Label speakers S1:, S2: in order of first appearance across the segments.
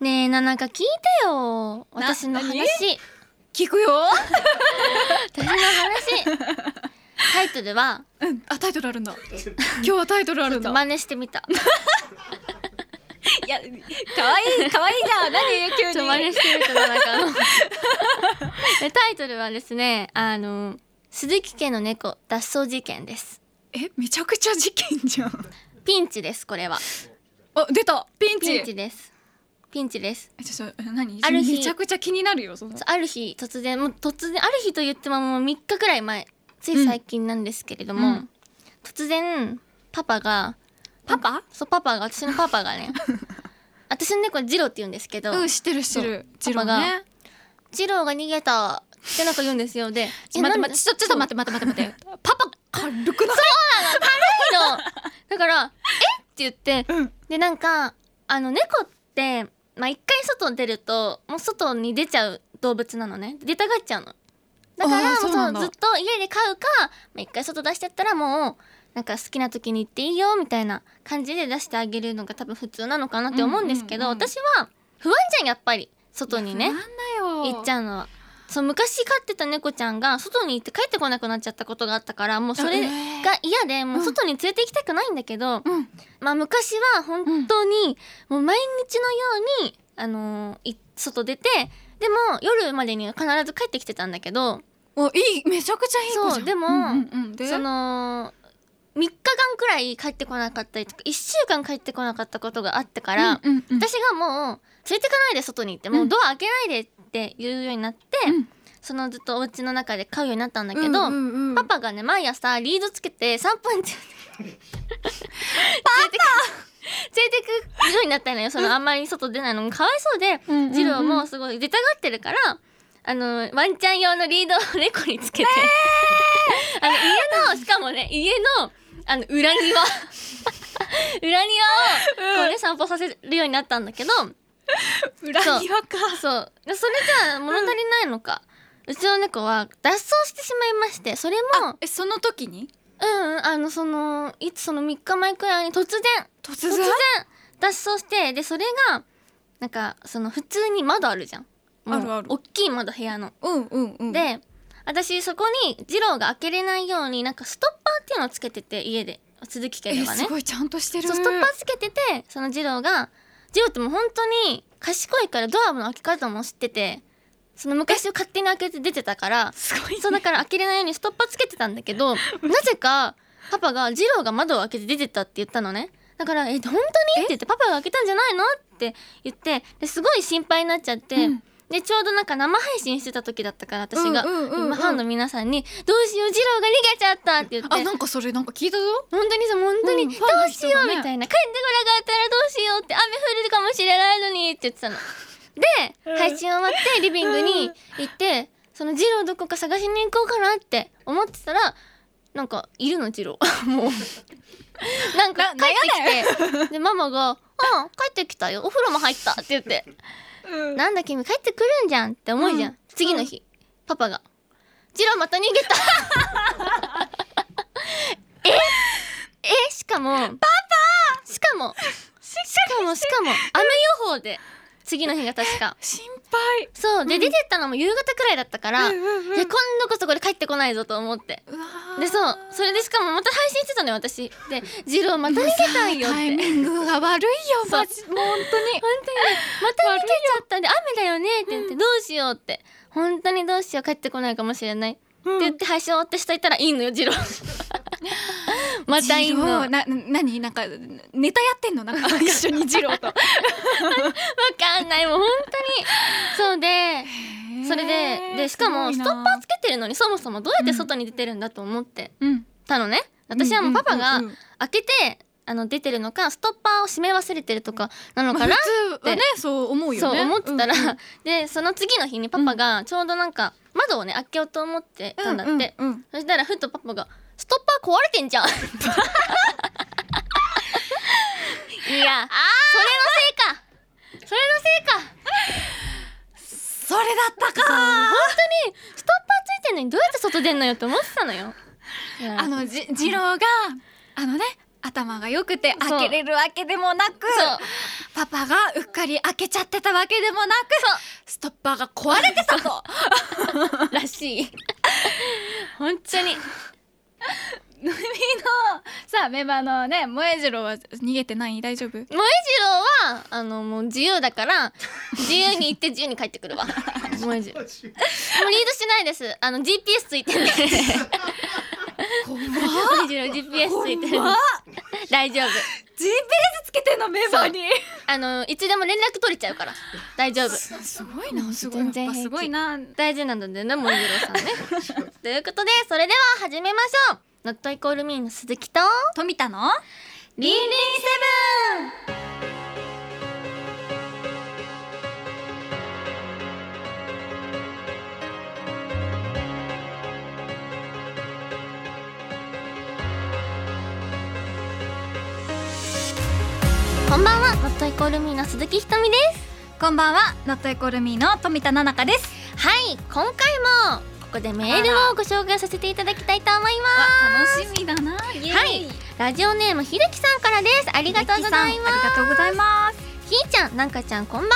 S1: ななんか聞いてよ私の話
S2: 何聞くよ。
S1: 私の話 タイトルは
S2: うん、あ、タイトルあるんだ。今日はタイトルあるんだ。
S1: 真似してみたち
S2: いや、可愛い可愛いじゃん。何
S1: ょ
S2: 急
S1: っと真似してみたの中 のでタイトルはですねあの鈴木家の猫脱走事件です
S2: え、めちゃくちゃ事件じゃん。
S1: ピンチですこれは
S2: あ、出た。ピンチ。
S1: ピンチですピンチです
S2: えちょっと何？
S1: ある日
S2: めちゃくちゃ気になるよ。その
S1: そうある日突然もう突然ある日と言ってももう3日くらい前つい最近なんですけれども、
S2: うんうん
S1: 突然パパが
S2: パパ？
S1: そうパパが私のパパが ね私の猫ジローって言うんですけど、
S2: うん、知ってる知ってる。
S1: そう
S2: ジロー
S1: パパ
S2: ね。
S1: ジローが逃げたってなんか言うんですよで
S2: ちょ待って
S1: なん
S2: 待
S1: で
S2: ってちょちょっと待って待って待って待って。パパ軽くない？
S1: そうだから「えっ?」って言って
S2: うん。
S1: でなんかあの猫ってまあ一回外出るともう外に出ちゃう動物なのね出たがっちゃうのだからも
S2: あー
S1: う
S2: そう
S1: そ
S2: な
S1: うん
S2: だ
S1: ずっと家で飼うかまあ一回外出しちゃったらもうなんか好きな時に行っていいよみたいな感じで出してあげるのが多分普通なのかなって思うんですけど、
S2: うんうんうん
S1: 私は不安じゃんやっぱり外にね
S2: なんだよ。
S1: 行っちゃうのはそう昔飼ってた猫ちゃんが外に行って帰ってこなくなっちゃったことがあったからもうそれが
S2: えー
S1: 嫌でもう外に連れて行きたくないんだけど、
S2: うん。
S1: まあ、昔は本当にもう毎日のように、あのーい外出てでも夜までには必ず帰ってきてたんだけど
S2: おいいめちゃくちゃいい子じゃん。
S1: そうでも
S2: うんうんうんで
S1: その3日間くらい帰ってこなかったりとか1週間帰ってこなかったことがあってから、
S2: うんうんうん
S1: 私がもう連れてかないで外に行ってもうドア開けないでって言うようになって、
S2: うん
S1: そのずっとお家の中で飼うようになったんだけど、
S2: うんうんうん
S1: パパがね毎朝リードつけて3分中パパ連れてくようになったのよそのあんまり外出ないのもかわいそうで
S2: うんうんうん
S1: ジローもすごい出たがってるからあのワンちゃん用のリードを猫につけて、あの家のしかもね家のあの裏庭裏庭をこうね散歩させるようになったんだけど
S2: 裏
S1: そう
S2: 庭か。
S1: そうそれじゃ物足りないのか、うちの猫は脱走してしまいましてそれも
S2: えその時に
S1: うんうんあのそのいつその3日前くらいに突然
S2: 突
S1: 突然脱走してでそれがなんかその普通に窓あるじゃんもう
S2: あるある
S1: 大きい窓部屋の。
S2: うんうんうん。
S1: で私そこに二郎が開けれないようになんかストッパーっていうのをつけてて家で鈴木家で
S2: え
S1: はね
S2: す。ごいちゃんとしてる。
S1: そうストッパーつけててその二郎が二郎ってもう本当に賢いからドアの開け方も知っててその昔を勝手に開けて出てたから
S2: すごいね
S1: そうだから開けれないようにストッパーつけてたんだけど なぜかパパが「二郎が窓を開けて出てった」って言ったのねだから「え本当に?」って言って「パパが開けたんじゃないの?」って言ってですごい心配になっちゃって、
S2: うん
S1: でちょうどなんか生配信してた時だったから私が、
S2: うんうんうんうん
S1: 今ファンの皆さんに「どうしよう二郎が逃げちゃった」って言って
S2: あなんかそれなんか聞いたぞ。
S1: 本当にそう本当に、
S2: うん
S1: ど
S2: ファンの
S1: うしよ
S2: 人が
S1: う
S2: ね
S1: みたいな、帰ってこなかったらどうしようって雨降るかもしれないのにって言ってたの。
S2: うん
S1: で配信終わってリビングに行ってそのジローどこか探しに行こうかなって思ってたらなんかいるのジロー もうなんか帰
S2: な
S1: ってきてでママが「うん帰ってきたよお風呂も入った」って言って「なんだ君帰ってくるんじゃん」って思うじゃん、
S2: うん
S1: 次の日パパが「ジローまた逃げた! え」えしかもパパしかもしかもしかも雨予報で次の日が確か
S2: 心配。
S1: そうで、
S2: うん
S1: 出てったのも夕方くらいだったから、
S2: うんうんうん
S1: で今度こそこれ帰ってこないぞと思って
S2: うわー
S1: でそうそれでしかもまた配信してたのよ私で「ジローまた逃げたんよ」っ
S2: タ
S1: て
S2: イミングが悪いよ
S1: そう
S2: マジもう本当
S1: 本
S2: に
S1: 当にまた逃げちゃったんで雨だよねって言ってどうしようって本当にどうしよう帰ってこないかもしれない、って言って配信終わって下行ったらいいのよジ ローまたいい
S2: ジロ
S1: の
S2: ーなな何なんかネタやってんのなんか一緒にジローと
S1: わかんないもう本当にそうで それででしかもストッパーつけてるのにそもそもどうやって外に出てるんだと思って
S2: うん
S1: たのね私はもうパパ
S2: うん
S1: が
S2: うんうん
S1: 開けてあの出てるのかストッパーを閉め忘れてるとかなの
S2: まあ
S1: かな
S2: 普通はねそう思うよ
S1: そう
S2: ね
S1: 思ってたら、
S2: うんうん
S1: でその次の日にパパがちょうどなんか窓をね開けようと思ってたんだって、
S2: うんうん
S1: そしたらふとパパが「ストッパー壊れてん じゃん」いやそれのせいかそれのせいか
S2: それだったか
S1: 本当にストッパーついてんのにどうやって外出んのよって思ってたのよ。いや
S2: あのじジローがあのね頭が良くて
S1: そう
S2: 開けれるわけでもなく
S1: そう
S2: パパがうっかり開けちゃってたわけでもなくストッパーが壊れてたと
S1: らしい本当に
S2: 海のさあメンバーのね萌え次郎は逃げてない大丈夫
S1: 萌え次郎はあのもう自由だ から自由に行って自由に帰ってくるわ萌え次郎もうリードしないですあの GPS ついてるんで萌え次郎 GPS ついてるんで
S2: 怖っ
S1: 大丈夫
S2: GPS つけてんのメンバーに
S1: あのいつでも連絡取れちゃうから大丈夫
S2: すごいなすごいや
S1: 全
S2: っ
S1: 然
S2: ぱすごいな
S1: 大事なんだね萌え次郎さんね ということでそれでは始めましょうノットイコールミーの鈴木と
S2: 富田の
S1: リンリンセブンこんばんは、ノットイコールミーの鈴木ひとみです
S2: こんばんはノットエコールミーの富田奈々香です
S1: はい、今回もここでメールをご紹介させていただきたいと思います
S2: 楽しみだなは
S1: はいラジオネームひるきさんからですありがとうございます
S2: ありがとうございます
S1: ひーちゃん、なんかちゃんこんばんは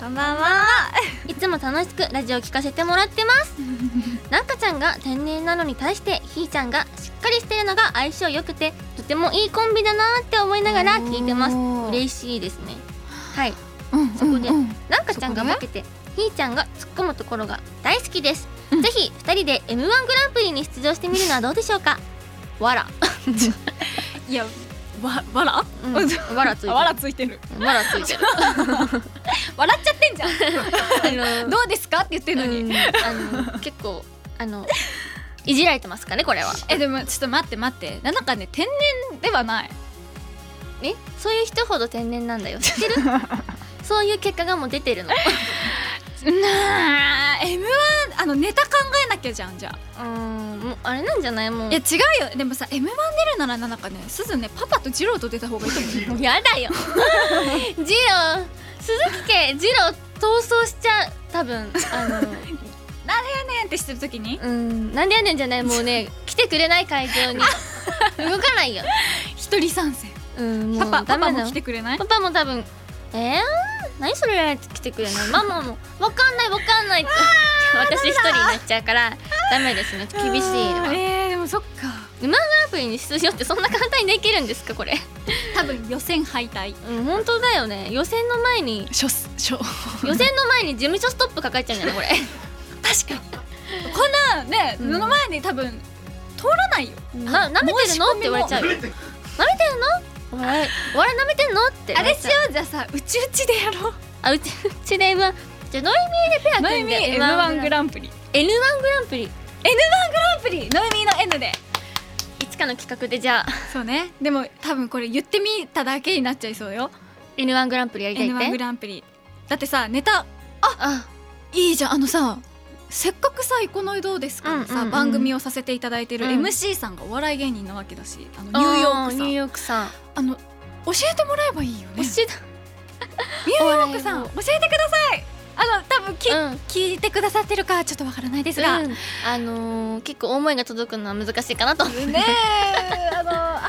S2: こんばんはい
S1: つも楽しくラジオ聞かせてもらってます なんかちゃんが天然なのに対してひーちゃんがしっかりしてるのが相性良くてとてもいいコンビだなって思いながら聞いてます
S2: おー
S1: 嬉しいですねはい
S2: うん
S1: そこで
S2: うんうん
S1: なんかちゃんが負けてひーちゃんが突っ込むところが大好きです、
S2: うん
S1: ぜひ2人で m 1グランプリに出場してみるのはどうでしょう かわら、
S2: いやわわら
S1: うん、わらついてる
S2: あわらついてる
S1: わらついてる
S2: 笑っちゃってんじ ゃん
S1: あの
S2: どうですかって言ってるのに、
S1: うんあの結構あのいじられてますかねこれは
S2: えでもちょっと待って待ってなんかね天然ではない
S1: えそういう人ほど天然なんだ よ知ってるそういう結果がもう出てるの
S2: なあ M1 あのネタ考えなきゃじゃんじゃ あ
S1: うんもうあれなんじゃないもう
S2: いや違うよでもさ M1 出るならなんかねすずねパパとジローと出た方がいい と思う
S1: もうや だよジロー鈴木家ジロー逃走しちゃう多分あ の
S2: ねんってしてる時に
S1: うんなんでやねんじゃないもうね来てくれない会場 に動かないよ
S2: 一人参戦
S1: うんもう
S2: パパ
S1: ダ
S2: パ
S1: メだ
S2: パ
S1: よ
S2: も来てくれない
S1: パパも多分「えー、何それ?」って来てくれないママも「わかんないわかんない」って私一人になっちゃうからダメですね厳しい
S2: あー
S1: わ
S2: えー、でもそっか
S1: アプリに出場ってそんな簡単にできるんですかこれ
S2: 多分予選敗退
S1: うん本当だよね予選の前に
S2: しょしょ
S1: 予選の前に事務所ストップかかっちゃうんじゃない これ
S2: 確かにこんなね、
S1: うん
S2: 目の前に多分通らないよ
S1: な舐めてるのって言われちゃうよ舐めてるのお笑いお笑い舐めてんのって
S2: あれしようじゃあさうちうちでやろう
S1: あうちうちで M1 じゃあノイミーでペア
S2: ノ
S1: 組
S2: イ
S1: ん
S2: ミ
S1: で
S2: ー M1 グ
S1: グラン
S2: ランプリ
S1: N1 グランプリ
S2: N1 グランプリノイミーの N で
S1: いつかの企画でじゃあ
S2: そうねでも多分これ言ってみただけになっちゃいそうよ
S1: N1 グランプリやりたい
S2: N1
S1: っ
S2: グ
S1: て
S2: ランプリだってさネタ
S1: あ
S2: いいじゃんあのさせっかくさ「イコノイどうですか?」の
S1: うんうん
S2: さ
S1: うん
S2: 番組をさせていただいてる
S1: うん
S2: MC さんがお笑い芸人なわけだしあのニューヨー
S1: あニュー
S2: ク
S1: ヨークさん。
S2: さんあの教えてもらえばいいよねニュ
S1: 教え
S2: ーヨークさん
S1: お
S2: 教えてくださいあの多分き
S1: たうん。
S2: 聞いてくださってるかちょっとわからないですが、
S1: うんあのー、結構思いが届くのは難しいかなと。うん。
S2: ねえあのあ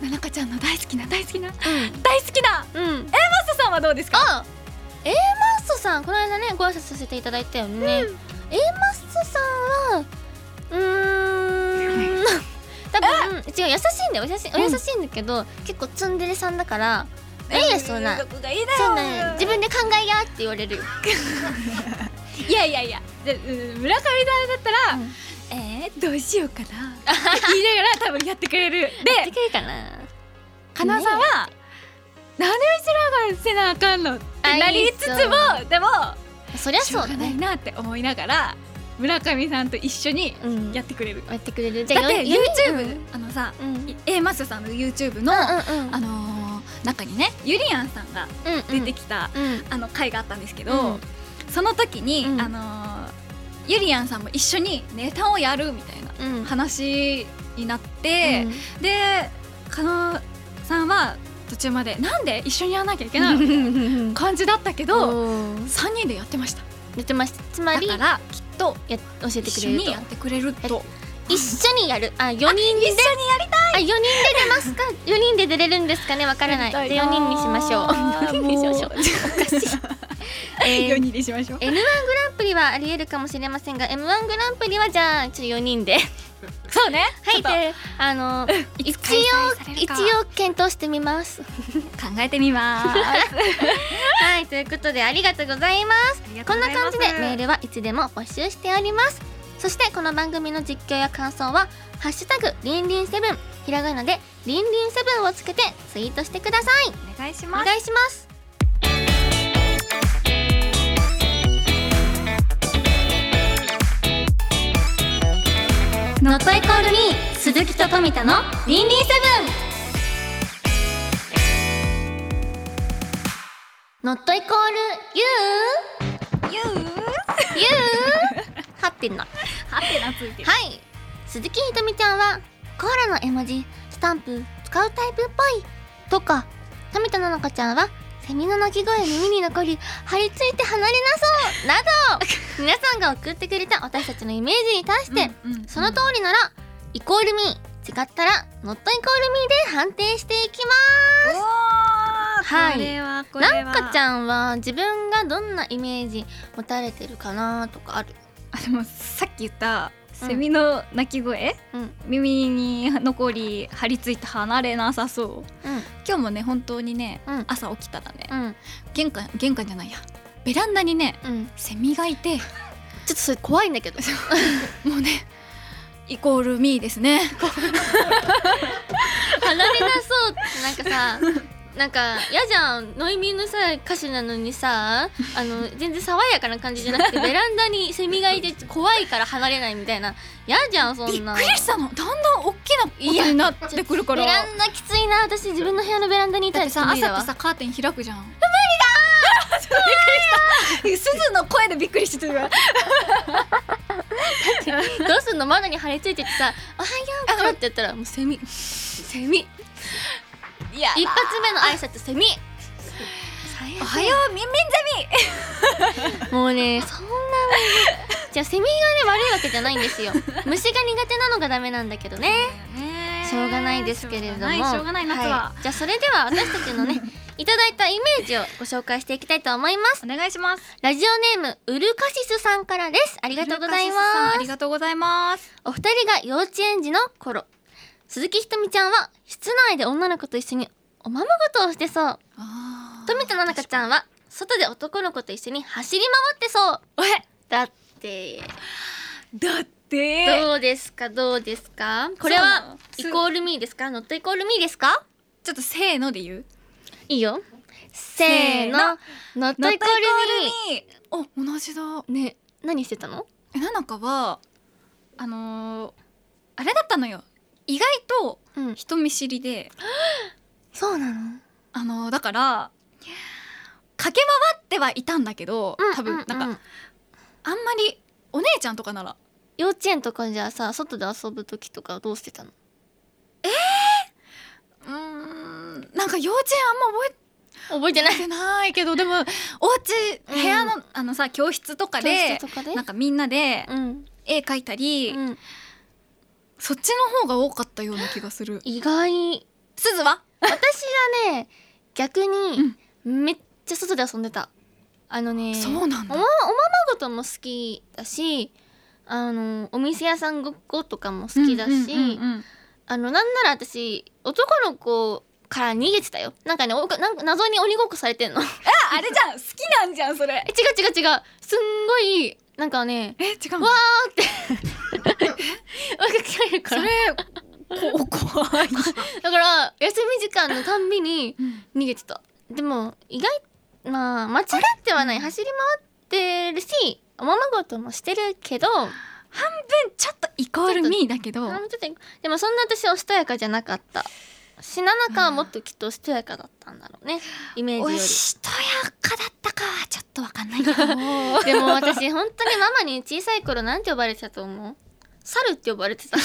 S2: ねななかちゃんの大好きな大好きな大好きな
S1: うん。
S2: マスさんはどうですか
S1: あ、A マストさんこの間ねご挨拶させていただいたよね。A マストさんはうーん。 多分違う優しいんだよ優しいお優しいんだけど、結構ツンデレさんだから。えいやそんな
S2: どこがいいだよ
S1: そんなん自分で考えやって言われるよ。
S2: いやいやいやじゃうん村上さんだったら、
S1: うん
S2: えー、どうしようかなって言いながら多分やってくれる
S1: で
S2: で
S1: きるかな。
S2: かなさんは、なんでうちらがせなあかんのってなりつつも
S1: あ
S2: でも
S1: そりゃ
S2: しょ
S1: そう
S2: う
S1: だ
S2: がない
S1: ね。
S2: なって思いながら村上さんと一緒に
S1: うん。
S2: や
S1: や
S2: ってくれる、
S1: ってくれる。
S2: だって
S1: よよ
S2: YouTube、あのさ
S1: うん。うん。うん
S2: い A マスさんの YouTube の、
S1: うん
S2: あのー中にねゆりやんさんが
S1: うん。
S2: 出てきた、
S1: うん。
S2: あの回があったんですけど、
S1: うん
S2: その時に、
S1: うん
S2: あのーゆりやんさんも一緒にネタをやるみたいな
S1: うん
S2: 話になって、で加納さんは途中までなんで一緒にやらなきゃい けないのみたいな
S1: うん、
S2: 感じだったけど
S1: と
S2: 3人でやってました
S1: 言ってましたつま
S2: だ
S1: り
S2: か
S1: や
S2: らきっと
S1: 教えてく
S2: 一緒
S1: れる
S2: に
S1: と
S2: やってくれると
S1: 一緒にやるあ4人で
S2: 一緒にやりた
S1: あ4
S2: い
S1: 人で出ますか4人で出れるんですかねわからないで4人にしましょう4人にしましょう えー
S2: 4人にしましょう
S1: N1 グランプリはありえるかもしれませんが M1 グランプリはじゃあちょっと4人で
S2: そうね
S1: はい
S2: ちょっ
S1: であの
S2: い
S1: 一
S2: つ開催さ
S1: 応
S2: れる
S1: 一
S2: か
S1: 応検討してみます
S2: と考えてみ ます
S1: はいということでありがとうございますこんな感じでメー
S2: ル
S1: ルはいつでも募集しておりますそしてこの番組の実況や感想は「ハッシュタグりんりんセブン」ひらがなで「りんりんセブン」をつけてツイートしてください
S2: お願いし
S1: お
S2: ます
S1: 願いしますノットイコールに鈴木と富田のリンリンセブンノットイコール
S2: ゆう
S1: ユーユーハッピーな
S2: はてなついてる
S1: はい鈴木ひとみちゃんはコーラの絵文字スタンプ使うタイプっぽいとか富田なのかちゃんはセミの鳴き声耳に残り張り付いて離れなそうなど皆さんが送ってくれた私たちのイメージに対して、
S2: うんうん
S1: その通りならイコールミー違ったらノットイコールミーで判定していきま
S2: おー
S1: はい
S2: これはこれ
S1: す
S2: は
S1: なんかち
S2: ん
S1: ゃんは自分がどんなイメージ持たれてるかなとかある
S2: あでもさっき言ったセミの鳴き声、
S1: うん
S2: 耳に残り張り付いて離れなさそう
S1: うん
S2: 今日もね本当にね、
S1: うん
S2: 朝起きたらね、
S1: うん
S2: 玄関玄関じゃないやベランダにね
S1: うん
S2: セミがいて
S1: ちょっとそれ怖いんだけど
S2: もうねイコールミーですね
S1: 離れなそうってなんかさなんか嫌じゃんノイミーのさ歌手なのにさあの全然爽やかな感じじゃなくてベランダにセミがいて怖いから離れないみたいな嫌じゃんそ
S2: びっ
S1: んな
S2: くりしたのだんだん大きなことになってくるから
S1: ベランダきついな私自分の部屋のベランダにいた
S2: だっ
S1: ら
S2: て
S1: ちょっと無理だわ
S2: さ朝ってさカーテン開くじゃん無理だびっくりした鈴の声でびっくりしてるわ
S1: どうすんの窓に張り付いててさ「おはよう」コロってやったらもうセミセミ
S2: いや
S1: 一発目の挨拶セミ最悪
S2: おはようみんみんゼ
S1: もうねそんなじゃあセミがね悪いわけじゃないんですよ虫が苦手なのがダメなんだけどね
S2: ミね
S1: しょうがないですけれども
S2: しょうがないしょうがない夏は、
S1: いじゃあそれでは私たちの ねいただいたイメージをご紹介していきたいと思います
S2: お願いします
S1: ラジオネームウルカシスさんからですあり
S2: あ
S1: がとうございま
S2: あり
S1: す
S2: がとうございます
S1: お二人が幼稚園児の頃鈴木ひとみちゃんは室内で女の子と一緒におままごとをしてそう富田奈々香ちゃんは外で男の子と一緒に走り回ってそう
S2: え
S1: だって
S2: だって
S1: どうですかどうですかこれはイコールミーですかノットイコールミーですか
S2: ちょっとせーので言う
S1: いいよせーのノットイコー
S2: ルミーお同じだ
S1: ルミーね何してたの
S2: えななかはあのー、あれだったのよ意外と
S1: うん
S2: 人見知りで
S1: そうなの
S2: あのー、だから駆け回ってはいたんだけど、多分なんか、あんまりお姉ちゃんとかなら
S1: 幼稚園とかじゃあさ外で遊ぶ時とかどうしてたの
S2: うーんなんか幼稚園あんま覚
S1: 覚えてない
S2: えてないけどでもお家
S1: うん
S2: 部屋の,、あのさ教室とか
S1: 教
S2: で
S1: 室とかで
S2: なんかみんなで
S1: うん
S2: 絵描いたり、
S1: うん
S2: そっちの方が多かったような気がする
S1: 意外
S2: すずは
S1: 私はね逆にめっちゃ外で遊んでたあのね
S2: そうなん
S1: お
S2: だ
S1: まおままごとも好きだしあのお店屋さんごっことかも好きだし、
S2: うんうんうんうん
S1: あのなんなら私男の子から逃げてたよなんかねおなんか謎に鬼ごっこされてんの え違
S2: ああれじゃん好きなんじゃんそれ
S1: う違う違うすんごいなんかね
S2: え違う
S1: わーって追いかけられるか
S2: そ
S1: ら
S2: れこ怖い、
S1: だから休み時間のたんびに逃げてたでも意外まあ間違ってはない走り回ってるしおままごともしてるけど
S2: ちょっとイコールミーだけど
S1: あもうちょっとでもそんな私はおしとやかじゃなかったしななかはもっときっとおしとやかだったんだろうねイメージよ
S2: お
S1: り
S2: しとやかだったかはちょっとわかん ないけど
S1: でも私本当にママに小さい頃なんて呼ばれてたと思う猿って呼ばれてた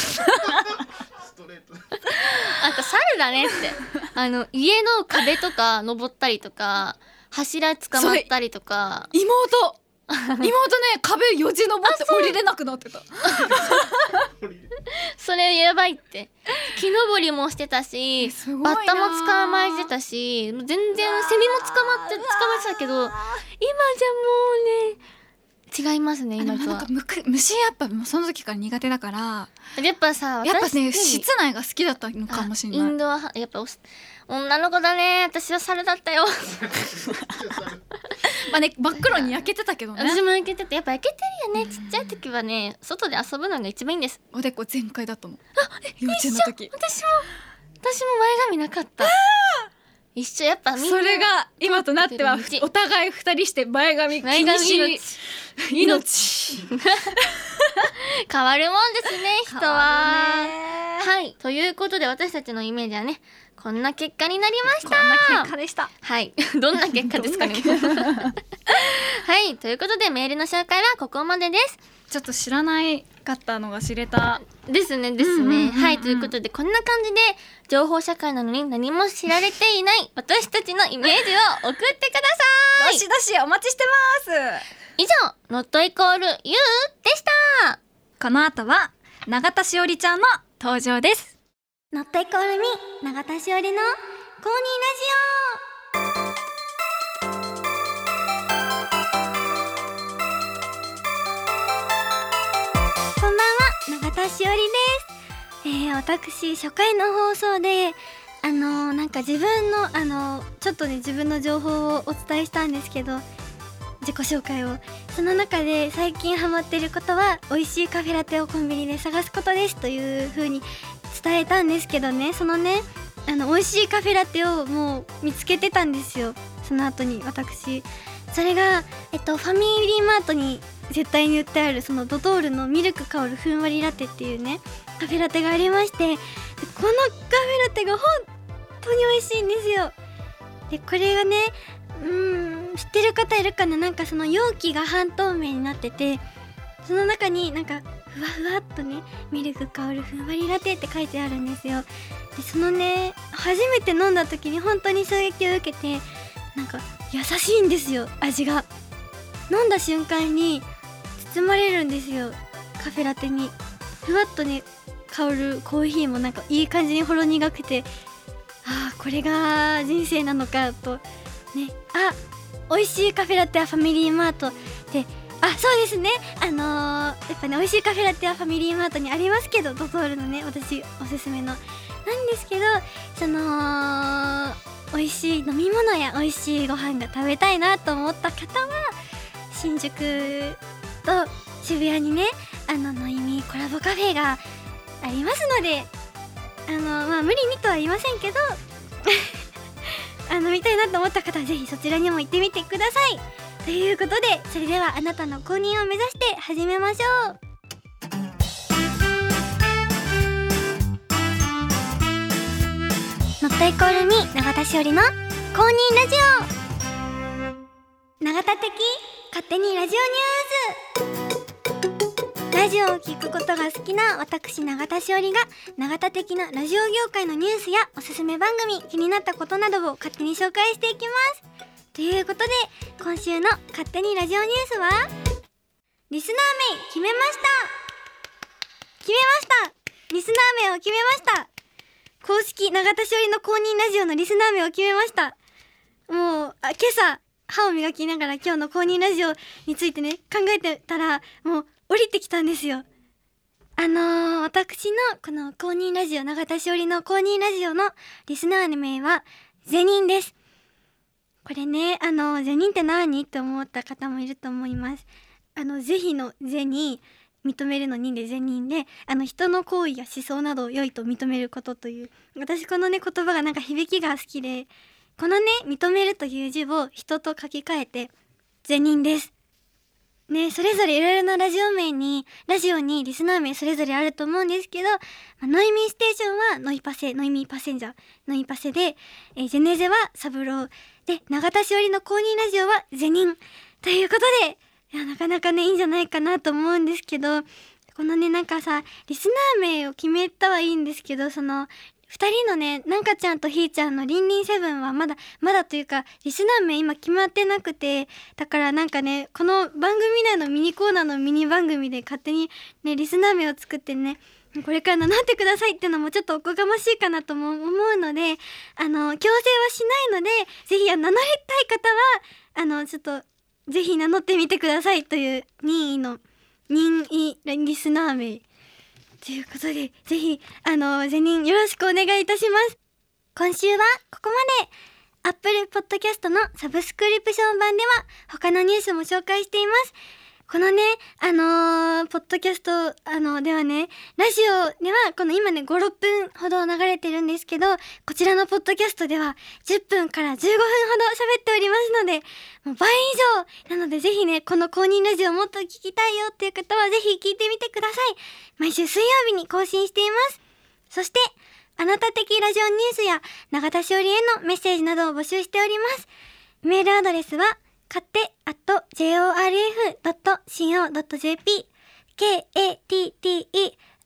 S1: あんた猿だねってあの家の壁とか登ったりとか柱捕まったりとか
S2: 妹妹ね壁よじ登って降りれなくなってた
S1: それやばいって木登りもしてたし
S2: す
S1: バッタも捕まえてたし全然セミも捕まって捕まえてたけど今じゃもうね違いますね
S2: でも
S1: 今と
S2: なん
S1: は
S2: かむく虫やっぱもうその時から苦手だから
S1: やっぱさ
S2: やっぱ
S1: 私
S2: ね室内が好きだったのかもし
S1: あ
S2: れな
S1: イン
S2: い
S1: ドア派やっぱお女の子だね私は猿だったよ
S2: まあね真っ黒に焼けてたけどね
S1: 私も焼けててやっぱ焼けてるよねちっちゃい時はね外で遊ぶのが一番いいんです
S2: おでこ全開だったもん幼稚園の時
S1: 私も私も前髪なかった一緒やっぱみんな
S2: それが今となっては
S1: 道
S2: お互い二人して前髪気
S1: 前
S2: に
S1: 髪
S2: し
S1: 命
S2: 命
S1: 変わるもんですね人は、はいということで私たちのイメージはねこんな結果になりました
S2: 果でした
S1: はい どんな結果ですかね はいということでメールの紹介はここまでです
S2: ちょっと知らないかったのが知れた
S1: ですねですね、
S2: うんうんうんうん
S1: はいということでこんな感じで情報社会なのに何も知られていない私たちのイメージを送ってください
S2: どしどしお待ちしてます
S1: 以上「ノットイコール YOU」でした
S2: この後は永田しおりちゃんの登場です
S1: 「ノットイコールミ永田しおりの公認ラ
S3: こんばんは永田しおりです、えー、私初回の放送であのーなんか自分のあのーちょっとね自分の情報をお伝えしたんですけど自己紹介をその中で最近ハマってることは美味しいカフェラテをコンビニで探すことですという風に伝えたんですけどねそのねあの美味しいカフェラテをもう見つけてたんですよその後に私それがえっとファミリーマートに絶対に売ってあるそのドトールのミルク香るふんわりラテっていうねカフェラテがありましてでこのカフェラテが本当に美味しいんですよでこれがねうーん知ってる方いるかななんかその容器が半透明になっててその中になんかふわふわっとねミルク香るふんわりラテって書いてあるんですよでそのね初めて飲んだ時に本当に衝撃を受けてなんか優しいんですよ味が飲んだ瞬間に包まれるんですよカフェラテにふわっとね香るコーヒーもなんかいい感じにほろ苦くてああこれが人生なのかとねあ美味しいカフェラテはファミリーマートであそうですねあのーやっぱね美味しいカフェラテはファミリーマートにありますけどドトールのね私おすすめのなんですけどその美味しい飲み物や美味しいご飯が食べたいなと思った方は新宿と渋谷にねあののいみコラボカフェがありますのであのまあ無理にとは言いませんけど あの見たいなと思った方はぜひそちらにも行ってみてくださいということでそれではあなたの公認を目指して始めましょうノットイコールに永田しおりの公認ラジオ永田的勝手にラジオニュースラジオを聞くことが好きな私永田しおりが永田的なラジオ業界のニュースやおすすめ番組気になったことなどを勝手に紹介していきますということで今週の「勝手にラジオニュースは」リスナー名決めました決めましたリスナー名を決めました公式永田しおりの公認ラジオのリスナー名を決めましたもうあ今朝歯を磨きながら今日の公認ラジオについてね考えてたらもう降りてきたんですよあのー、私のこの公認ラジオ永田しおりの公認ラジオのリスナー名はゼニンですこれねあのゼニンって何って思った方もいると思いますあの是非の是に認めるのにで善人であの人の行為や思想などを良いと認めることという私このね言葉がなんか響きが好きでこのね認めるという字を人と書き換えて善人ですねそれぞれいろいろなラジオ名にラジオにリスナー名それぞれあると思うんですけど、まあノイミーステーションはノイパセノイミーパセンジャーノイパセで、えージェネゼはサブローで永田しおりの公認ラジオは善人ということでいやなかなかねいいんじゃないかなと思うんですけどこのねなんかさリスナー名を決めたはいいんですけどその二人のねなんかちゃんとひーちゃんの「りんりんセブン」はまだまだというかリスナー名今決まってなくてだからなんかねこの番組内のミニコーナーのミニ番組で勝手にねリスナー名を作ってねこれから名乗ってくださいってのもちょっとおこがましいかなとも思うのであの強制はしないのでぜひあの名乗りたい方はあのちょっとぜひ名乗ってみてくださいという任意の任意リスナー名ということでぜひあの全人よろしくお願いいたします今週はここまでアップルポッドキャストのサブスクリプション版では他のニュースも紹介していますこのねあのーポッドキャストあのではねラジオではこの今ね56分ほど流れてるんですけどこちらのポッドキャストでは10分から15分ほど喋っておりますのでもう倍以上なのでぜひねこの公認ラジオもっと聞きたいよっていう方はぜひ聞いてみてください毎週水曜日に更新していますそしてあなた的ラジオニュースや永田しおりへのメッセージなどを募集しておりますメールアドレスは勝手 at jorf.co.jp katte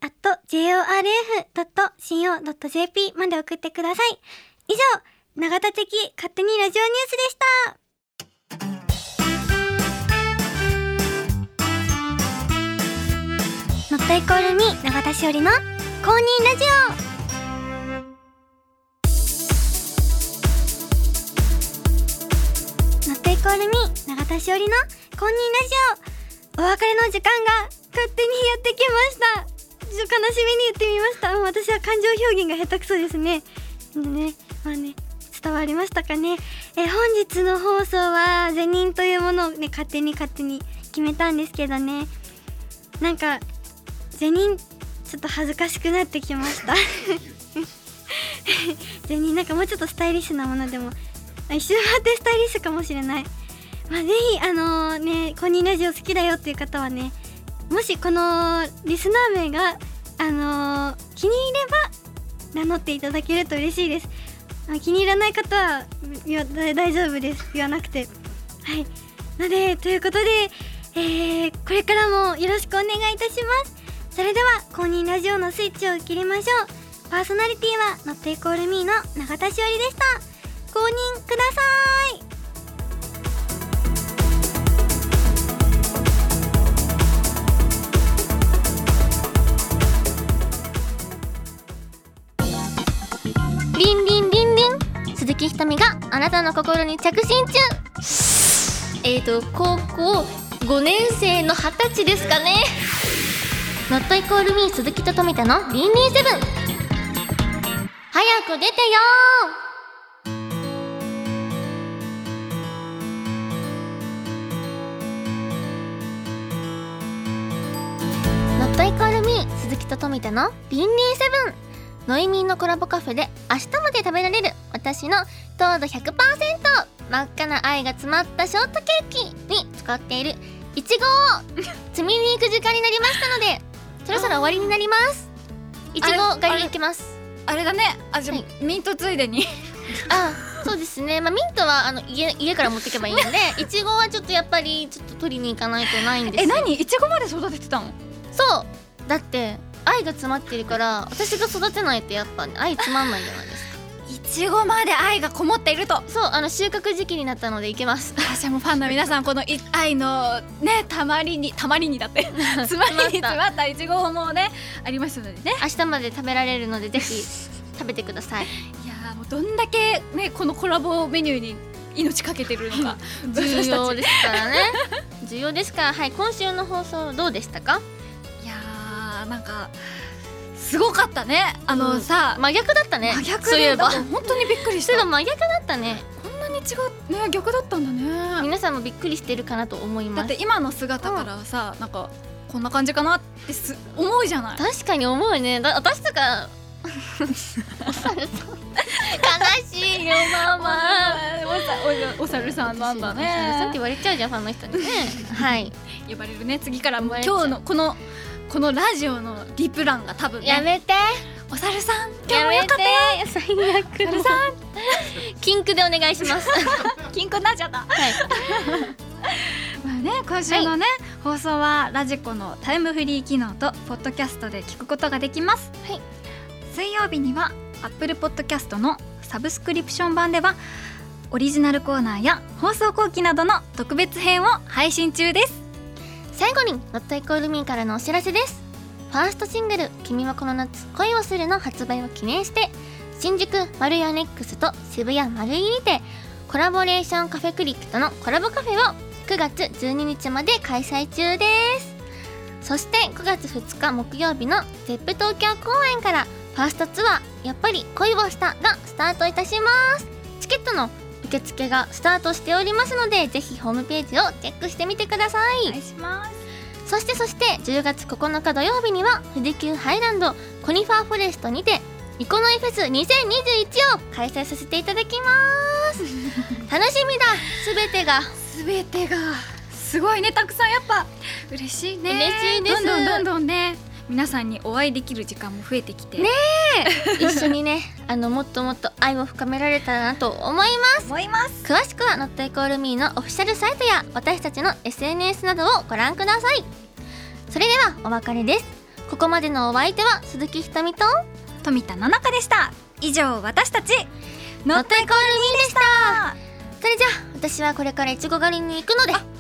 S3: at jorf.co.jp まで送ってください以上永田的勝手にラジオニュースでしたノットイコールミー永田しおりの公認ラジオノットイコールミー永田しおりの公認ラジオお別れの時間が勝手にやってきましたちょっと悲しみに言ってみましたもう私は感情表現が下手くそですねでねまあね伝わりましたかねえー本日の放送は善人というものをね勝手に勝手に決めたんですけどねなんかゼニンちょっと恥ずかしくなってきました ゼニンなんかもうちょっとスタイリッシュなものでもあ一瞬待ってスタイリッシュかもしれないまあぜひあのね公認ラジオ好きだよっていう方はねもしこのリスナー名があのー気に入れば名乗っていただけると嬉しいですあ気に入らない方は言わ大大丈夫です言わなくてはいのでということで、えーこれからもよろしくお願いいたしますそれでは公認ラジオのスイッチを切りましょうパーソナリティはノットイコールミーの永田しおりでした公認ください
S1: リンリンリンリン鈴木ひとみがあなたの心に着信中えーと高校5年生の二十歳ですかね ノットイコールミー鈴木と富田のリンリンセブン早く出てよーノットイコールミー鈴木と富田のリンリンセブンノイミンのコラボカフェで明日まで食べられる私の糖度100%真っ赤な愛が詰まったショートケーキに使っているいちご を積みに行く時間になりましたのでそろそろ終わりになりますいちご狩りに行きます
S2: あれだねあじゃあ、
S1: はい
S2: ミントついでに
S1: あそうですねまあミントはあの家家から持っていけばいい んでいちごはちょっとやっぱりちょっと取りに行かないとないんです
S2: え
S1: よ
S2: 何いちごまで育ててたの
S1: そうだって愛が詰まってるから私が育てないとやっぱ、愛つまんないじゃないですか
S2: いちごまで愛がこもっていると
S1: そうあの収穫時期になったので行けます
S2: 私はもうファンの皆さんこのい愛のねたまりにたまりにだって つまりに詰まったいちごもねありますのでね
S1: 明日まで食べられるのでぜ ひ食べてください
S2: いやーもうどんだけね このコラボメニューに命かけてるのか
S1: 重
S2: 私た
S1: 要
S2: ち
S1: ですからね重要ですからはい今週の放送どうでしたか
S2: いやーなんかすごかったねあの、
S1: うん
S2: さ、
S1: 真逆だったね
S2: 真逆で
S1: そういえば
S2: だから本当にびっくり し
S1: そういえ
S2: た
S1: ば真逆だったね
S2: こんなに違うね逆だったんだね
S1: 皆さんもびっくりしてるかなと思い
S2: だ
S1: ま
S2: っ
S1: す
S2: て今の姿からはさ、なんかこんな感じかなってす思うじゃない
S1: 確かに思うねだ私とかお猿さん悲しいよママ
S2: お猿さんなんだ
S1: お猿さんって
S2: ね
S1: 言われちゃうじゃんファンの人にねはい
S2: 呼ばれるね次からもう
S1: 呼ばれちゃう
S2: 今日のこのこのラジオのリプランが多分ね
S1: やめて
S2: お猿さん今日
S1: や
S2: もよ
S1: め
S2: かってた
S1: 最悪
S2: お猿さん
S1: キンクでお願いし ます
S2: 金庫になっちゃった
S1: はい
S2: まあね、今週のね、放送はラジコのタイムフリー機能とポッドキャストで聞くことができます。
S1: はい
S2: 水曜日には Apple Podcast のサブスクリプション版ではオリジナルコーナーや放送後期などの特別編を配信中です
S1: 最後に「Not Equal Me」からのお知らせですファーストシングル「君はこの夏恋をする」の発売を記念して新宿マルヤネックスと渋谷マルイにてコラボレーションカフェクリックとのコラボカフェを9月12日まで開催中ですそして9月2日木曜日の ZEP 東京公演からファーストツアー「やっぱり恋をした」がスタートいたしますチケットの受付がスタートしておりますのでぜひホームページをチェックしてみてください
S2: いします
S1: そしてそして10月9日土曜日には富士急ハイランドコニファーフォレストにてイコノイフェス2021を開催させていただきます楽しみだすべてが
S2: すべてがすごいねたくさんやっぱ嬉しいね
S1: 嬉しいです
S2: どんどんどんどんね皆さんにお会いできる時間も増えてきて
S1: ね一緒にねあのもっともっと愛を深められたらなと思います
S2: 思います
S1: 詳しくは「ノットイコールミーのオフィシャルサイトや私たちの SNS などをご覧くださいそれではお別れですここまでのお相手は鈴木ひとみと
S2: 富田七香でした以上私たち
S1: ノ
S2: 乗
S1: ッ
S2: っ
S1: トイコールミーでしたそれじゃあ私はこれからいちご狩りに行くので